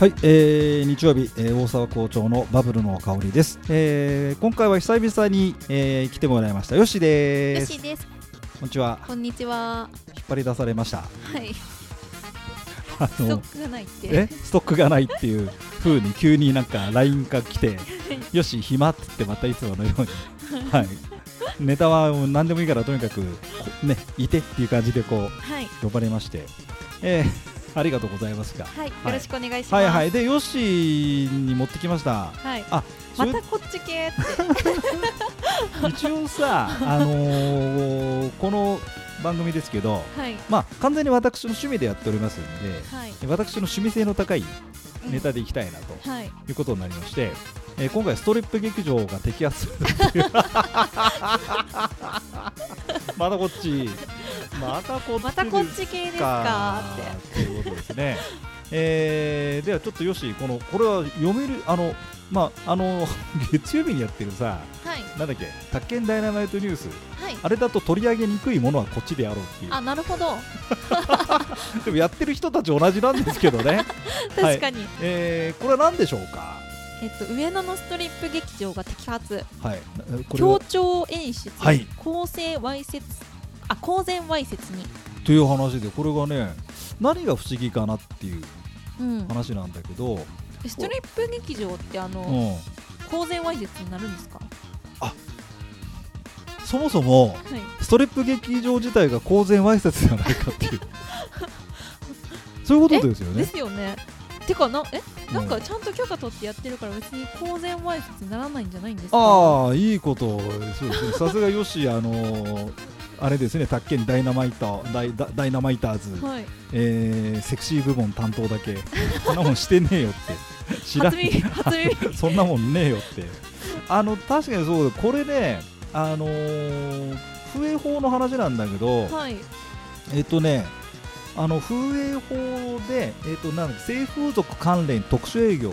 はい、えー、日曜日、えー、大沢校長のバブルの香りです、えー、今回は久々に、えー、来てもらいましたよしよですしです。こんにちはこんにちは。引っ張り出されましたはい。あストックがないって。えストックがないっていう風に急になんか LINE が来て「よし暇」っつってまたいつものように、はい、ネタはもう何でもいいからとにかくこうねいてっていう感じでこはい。う呼ばれまして、えー、ありがとうございますがはい。よいろしくお願いします。はいはいでよしに持ってきましたはい。あそまれたこっち系って。一応さあのーこの番組ですけどはい。まあ完全に私の趣味でやっておりますんはい。で私の趣味性の高いうんネタ。でいきたいなと、はい。ということになりまして、えー今回ストリップ劇場が摘発するっていう またこっちまたこっちまたこっち系ですかかって。っていうことですね、えーではちょっとよしこのこれは読めるあのまああの月曜日にやってるさはい。なんだっけ宅建ダイナマイトニュースはい。あれだと取り上げにくいものはこっちでやろうっていあ、うなるほど。でもやってる人たち同じなんですけど ね、確かに。えーこれは何でしょうかえっと、上野のストリップ劇場が摘発。はいなこれは協調演出。はい公正わいせつ。あ、公然わいせつに。という話でこれがね何が不思議かなっていううん。話なんだけど、うん、ストリップ劇場って、あの、公然わいせつになるんですか。はそもそもい。ストリップ劇場自体が公然わいせつじゃないか っていうそういうことですよでねすよね。てかなえなんうかちゃんと許可取ってやってるから別に公然わいせつにならないんじゃないんですか。ああいいことそうですねさすがよしあのーあれですね、宅建ダイナマイターダイダダイナマイターズ、はい。えーセクシー部門担当だけ、そんなもんしてねえよって、 知ら初ん耳初耳。 そんなもんねえよって。あの確かにそうだこれね、あのー風営法の話なんだけど、はいえっとね、あの風営法で、えっとなんだっけ性風俗関連特殊営業、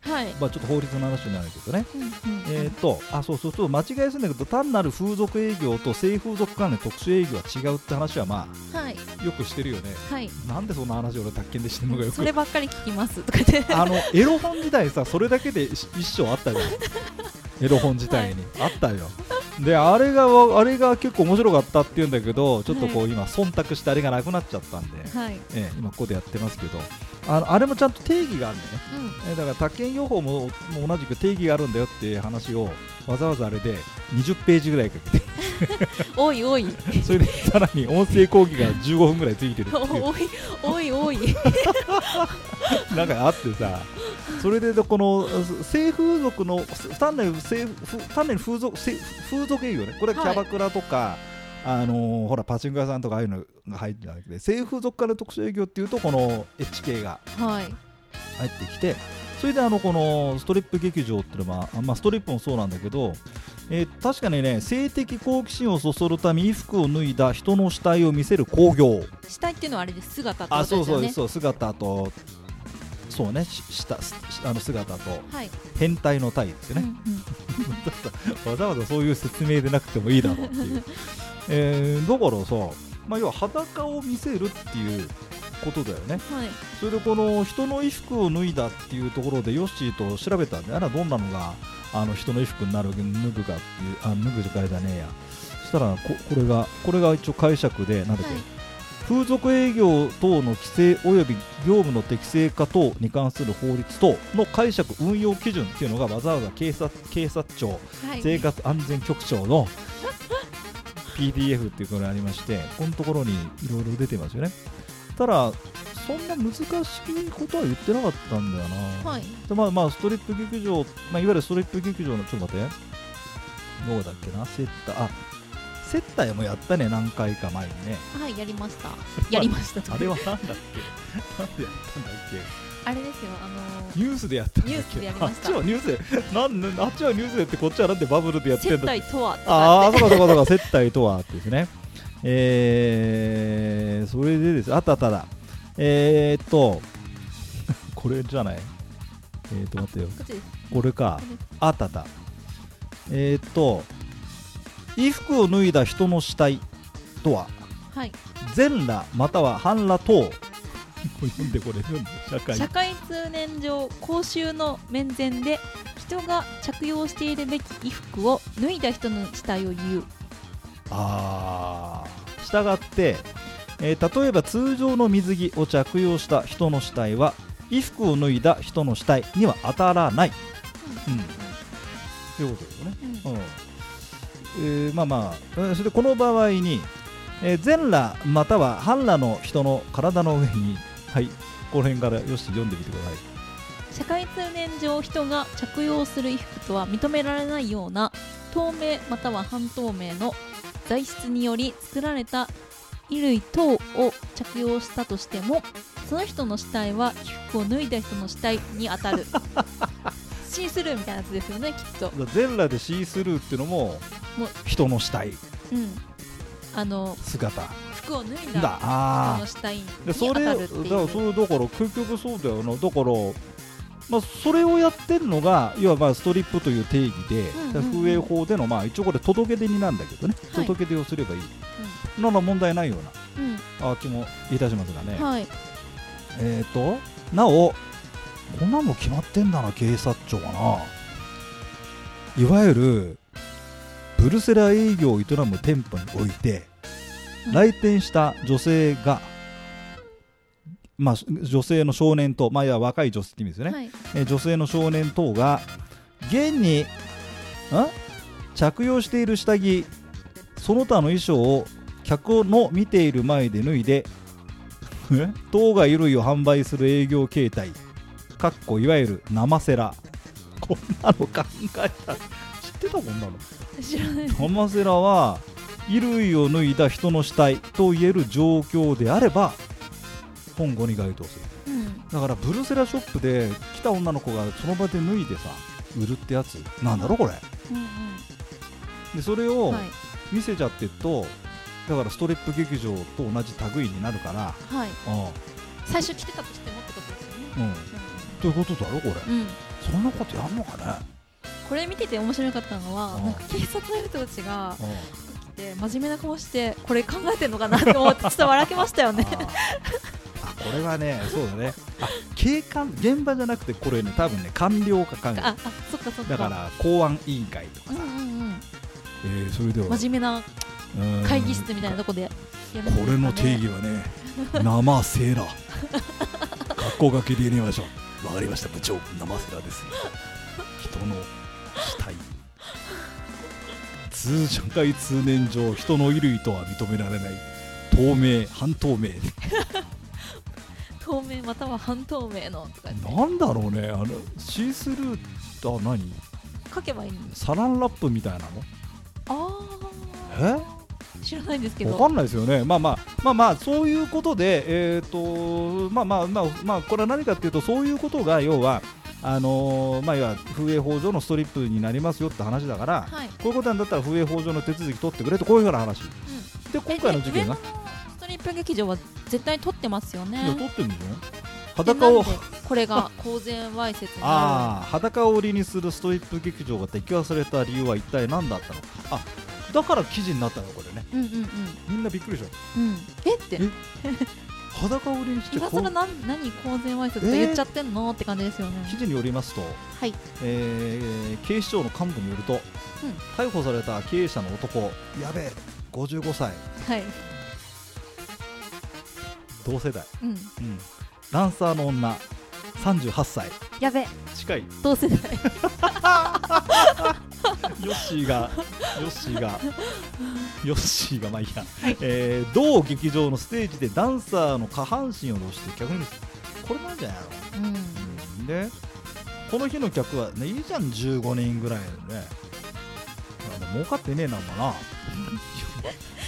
はい。まあ、ちょっと法律の話になるけどね、うんうんえっとあそうそうちょっと間違いするんだけど、単なる風俗営業と性風俗関連特殊営業は違うって話は、まはいあ、よくしてるよね。はい。なんでそんな話俺、宅建でしてるのがよくそればっかり聞きますとか言って。あのエロ本自体さそれだけで一一章あったじゃんエロ本自体に、あったよであれがわあれが結構面白かったっていうんだけどちょっとこう今忖度してあれがなくなっちゃったんで、はい。ええ今ここでやってますけどあのあれもちゃんと定義があるんだよねうえだから宅建予報ももう同じく定義があるんだよっていう話をわざわざあれで20ページぐらいかけてん。多い多い。 それでさらに音声講義が15分ぐらいついてるっていう多い多い多い。なんかあってさ、それでこの性風俗の単なる性風単なる風俗性風俗営業ね、これはキはャいバクラとか、あのーほらパチンコ屋さんとかああいうのが入ってなくて、性風俗から特殊営業っていうとこの H k がはい。入ってきて、それであのこのストリップ劇場っていうのは、あまあストリップもそうなんだけど、えー確かにね性的好奇心をそそるため衣服を脱いだ人の死体を見せる興行。したいっていうのはあれです姿ってこあ、とそでうすそようね。そう姿と。そうね、ししたしあの姿とはい。変態の体ですようんね、 わざわざそういう説明でなくてもいいだろうって いう、えー、だからさ、まあ、要は裸を見せるっていうことだよねうんはい。それでこの人の衣服を脱いだっていうところでヨッシーと調べたんであらどんなのがあの人の衣服になる脱ぐかっていうあ脱ぐじゃねえやそしたらここれがこれが一応解釈でなんだっけ、はい風俗営業等の規制及び業務の適正化等に関する法律等の解釈運用基準っていうのがわざわざ警察警察庁はい。生活安全局長の PDF っていうのがありましてこのところにいろいろ出てますよねただそんな難しいことは言ってなかったんだよな、はい。でまあまあストリップ劇場、まあ、いわゆるストリップ劇場のちょっと待ってどうだっけな接待あ接待もやったね何回か前にねはいやりました。やりましたと か。あれはなんだっけなんでやったんだっけあれですよあのニーュースでやったんだっけニュースでやりましあたっちはニュースでなんなんあっちはニュースでやってこっちはなんでバブルでやって接んだ待とはとかああ、そうかそうかそうか、接待とはってですね。えー、それでです、あったあったあった。えー、っと、 これじゃないえー、っと、待ってよ。こっちです。これか。あったあった。えー、っと、衣服を脱いだ人の死体とは、はい。全裸または半裸等これ読んでこれ読んで社会社会通念上公衆の面前で人が着用しているべき衣服を脱いだ人の死体を言うああしたがって、えー例えば通常の水着を着用した人の死体は衣服を脱いだ人の死体には当たらない、うん、ということですよね、うんえーまあまあうんそれでこの場合に、えー全裸または半裸の人の体の上にはいこの辺からよし読んでみてください社会通念上人が着用する衣服とは認められないような透明または半透明の材質により作られた衣類等を着用したとしてもその人の死体は衣服を脱いだ人の死体に当たるシースルーみたいなやつですよねきっとだから全裸でシースルーっていうのももう人の死体うんあの姿服を脱いだだ人あのあ死体にで当それだたるかっらそてれいうだから結局そうだよなだからまあ、それをやってるのがいわばストリップという定義で、うんうんだから風営法での、まあ、一応これ届け出になんだけどね、はい届け出をすればいい、なら問題ないようなうあ気もいたしますがね、んはいえっ、となおこんなの決まってんだな警察庁はないわゆるブルセラ営業を営む店舗においてうん来店した女性が、まあ、女性の少年と、まあ、いや若い女性って意味ですよね、はいえー女性の少年等が現にん着用している下着その他の衣装を客の見ている前で脱いでえ当該衣類を販売する営業形態かっこいわゆる生セラこんなの考えた知ってたこんなの知らない生セラは衣類を脱いだ人の死体といえる状況であれば本語に該当するうんだからブルセラショップで来た女の子がその場で脱いでさ売るってやつなんだろこれうんでそれうんをはい見せちゃってっと、だからストリップ劇場と同じ類になるからはいうん最初来てたとしてもってことですよね。うんということだろこれうん、そんなことやんのかねこれ見てて面白かったのはうんなんか警察の人たちがうん来て真面目な顔してこれ考えてるのかなと思ってちょっと笑けましたよね。あーあこれはねそうだねあ警官現場じゃなくてこれね多分ね官僚か官 ああそっかそっだか。から公安委員会とかうんさ、うんうんえーそれでは真面目なうん会議室みたいなとこでやるんですかね、これの定義はね生セーラ格好がけで入れましょうわかりました部長生セーラですよ人の死体通社会通念上人の衣類とは認められない透明半透明透明または半透明のとか言ってなんだろうねあのシースルーあ何書けばいいの。サランラップみたいなのあえあ知らないんですけわど。かんないですよね、まあまあ、まあまあ、そういうことで、えーとまあまあまあ、まあ、これは何かっていうと、そういうことが要は、あのーまあ、要は風営法上のストリップになりますよって話だから、はい。うんこういうことなんだったら風営法上の手続き取ってくれと、こういうような話、で今回の事件が、えで上野のストリップ劇場は絶対撮ってますよね。いや取ってるんだよね、で裸をなんでこれが公然わいせつになあー裸を売りにするストリップ劇場が適用された理由は一体何だったのか、あだから記事になったの、これね、る。うんうんうんみんなびっくりした、うん。えってえ裸を売りにして今こ更う、なん何公然わいせつって言っちゃってんの、って感じですよね。記事によりますと、はい。えー警視庁の幹部によると、逮捕された経営者の男やべえ55歳はい。同世代、うん。うん、ダンサーの女38歳やべ。近いどう せだい。ヨッシーがヨッシーがヨッシーがまあいいや、えー同劇場のステージでダンサーの下半身を露出逆にこれなんじゃないの、うん。うん、でこの日の客はねいいじゃん15人ぐらいでねあの儲かってねえなんかな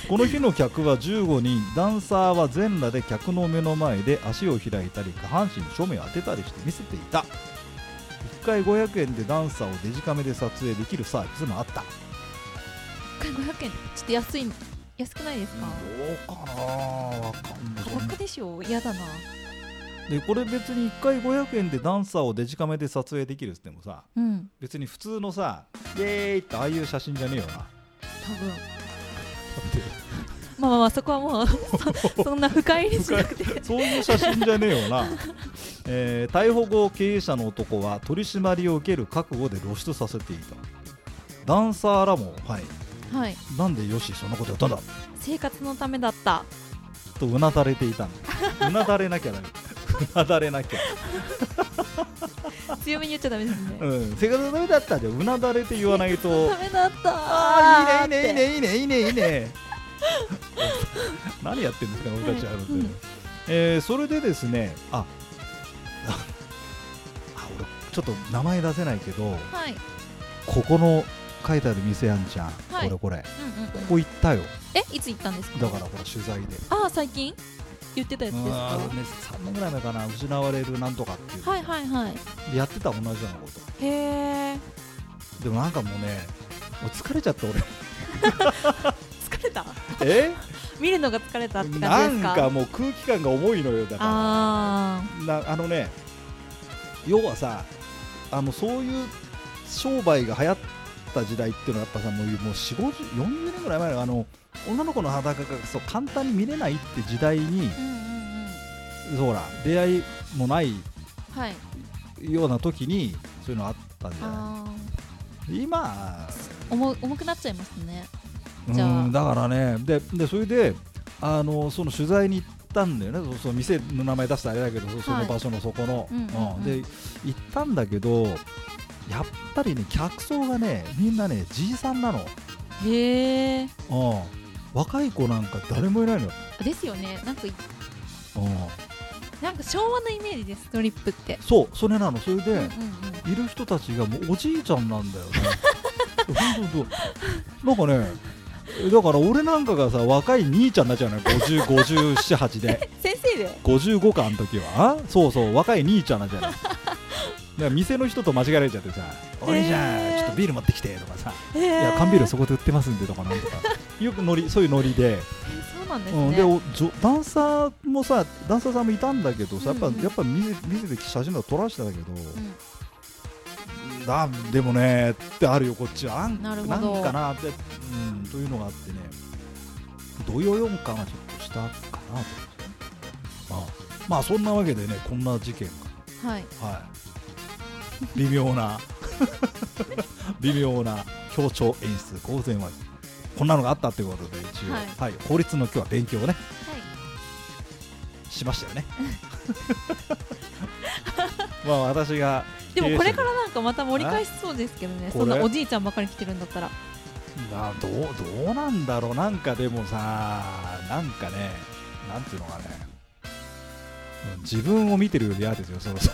この日の客は15人ダンサーは全裸で客の目の前で足を開いたり下半身に正面を当てたりして見せていた1回500円でダンサーをデジカメで撮影できるサービスもあった一回五百円。ちょっと安い。安くないですか。どうかなわかんな価格でしょ嫌だな。いでこれ別に1回500円でダンサーをデジカメで撮影できるっつってもさうん。別に普通のさイエーイってああいう写真じゃねえよな多分。だってまあまあまあそこはもうそそんな深入りしなくてそういう写真じゃねえよな、えー逮捕後経営者の男は取り締まりを受ける覚悟で露出させていたダンサーらも、はい、はいなんでよしそんなことやったんだ生活のためだったとうなだれていたんだうなだれなきゃだめうなだれなきゃ、強めに言っちゃダメですねうん、生活のためだったじゃうなだれって言わないとダメだったああいいーねいいってねいいねいいねいいねいい ね何やってんですかね俺たちは、うん本当にえーそれでですねあああ俺ちょっと名前出せないけどはいここの書いてある店あんじゃん、はいこれこれうんうんここ行ったよえいつ行ったんですかだからほら取材でああ最近言ってたやつですかあーね3年ぐらい前かな失われるなんとかっていう、はいはいはいでやってた同じようなことへえでもなんかもうねもう疲れちゃった俺疲れた え見るのが疲れたってな感じでんすかかもう空気感が重いのよだからあなあのね要はさあのそういう商売が流行った時代っていうのはやっぱさもうもう4 5 0 40年ぐらい前のあの女の子の裸がそう簡単に見れないって時代にあうんうんうんそうほら出会いもないはいような時にそういうのあったんじゃなあい今ー重重くなっちゃいますねじゃあうんだからねででそれであのその取材に行ったんだよねそその店の名前出したらあれだけどそそはのい場所のそこの、うんうんうんで行ったんだけどやっぱりね客層がねみんなねじいさんなの、へえうん、若い子なんか誰もいないのよ、ですよねなんかいうん、なんか昭和のイメージですストリップってそうそれなのそれで、うんうんうんいる人たちがもうおじいちゃんなんだよね本当本当なんかねだから俺なんかがさ若い兄ちゃんになっちゃうのよ505758で先生で55かの時はそうそう若い兄ちゃんなんじゃないだから店の人と間違えられちゃってさ「お兄ちゃへんーちょっとビール持ってきて」とかさ「いいや缶ビールそそこで売ってますんで」とかなんとか よくノリそういうノリでうなんですうんねでおじょダンサーもさダンサーさんもいたんだけどさやっぱうんうんやっぱ見せ見せて写真の撮らしてたけどうんだでもねってあるよこっちはあんなるほなどんかなってうんというのがあってね土曜4巻がちょっとしたかなと思ってあまあそんなわけでねこんな事件はいがはい微妙な 微妙な協調演出公然はこんなのがあったということで一応、ははいい法律の今日は勉強をねはいしま したよねまあ私がでもこれからなんかまた盛り返しそうですけどねあそんなこれおじいちゃんばっかり来てるんだったらなどうどうなんだろうなんかでもさなんかねなんていうのかねうん自分を見てるより嫌ですよそろそろ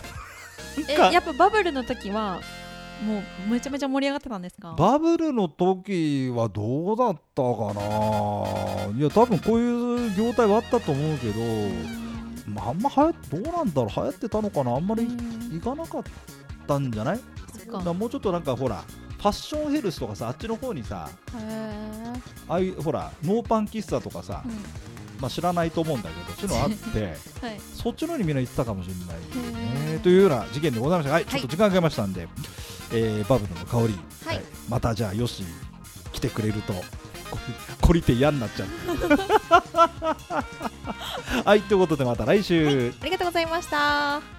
えかやっぱバブルの時はもうめちゃめちゃ盛り上がってたんですかバブルの時はどうだったかないや多分こういう業態はあったと思うけど、うんまあ、あんま流行どうなんだろう流行ってたのかなあんまり行かなかったんじゃないそっだかからもうちょっとなんかほらファッションヘルスとかさあっちの方にさへーああいうほらノーパン喫茶とかさ、うんまあ、知らないと思うんだけどそういうのあ って。はいそっちの方にみんな行ってたかもしれないよへーね。というような事件でございましたが、はい、いちょっと時間がかりましたんで、えーバブルの香り、はいまたじゃあ、よし、来てくれると、ここりて嫌になっちゃ う。はい、ということで、また来週。ありがとうございました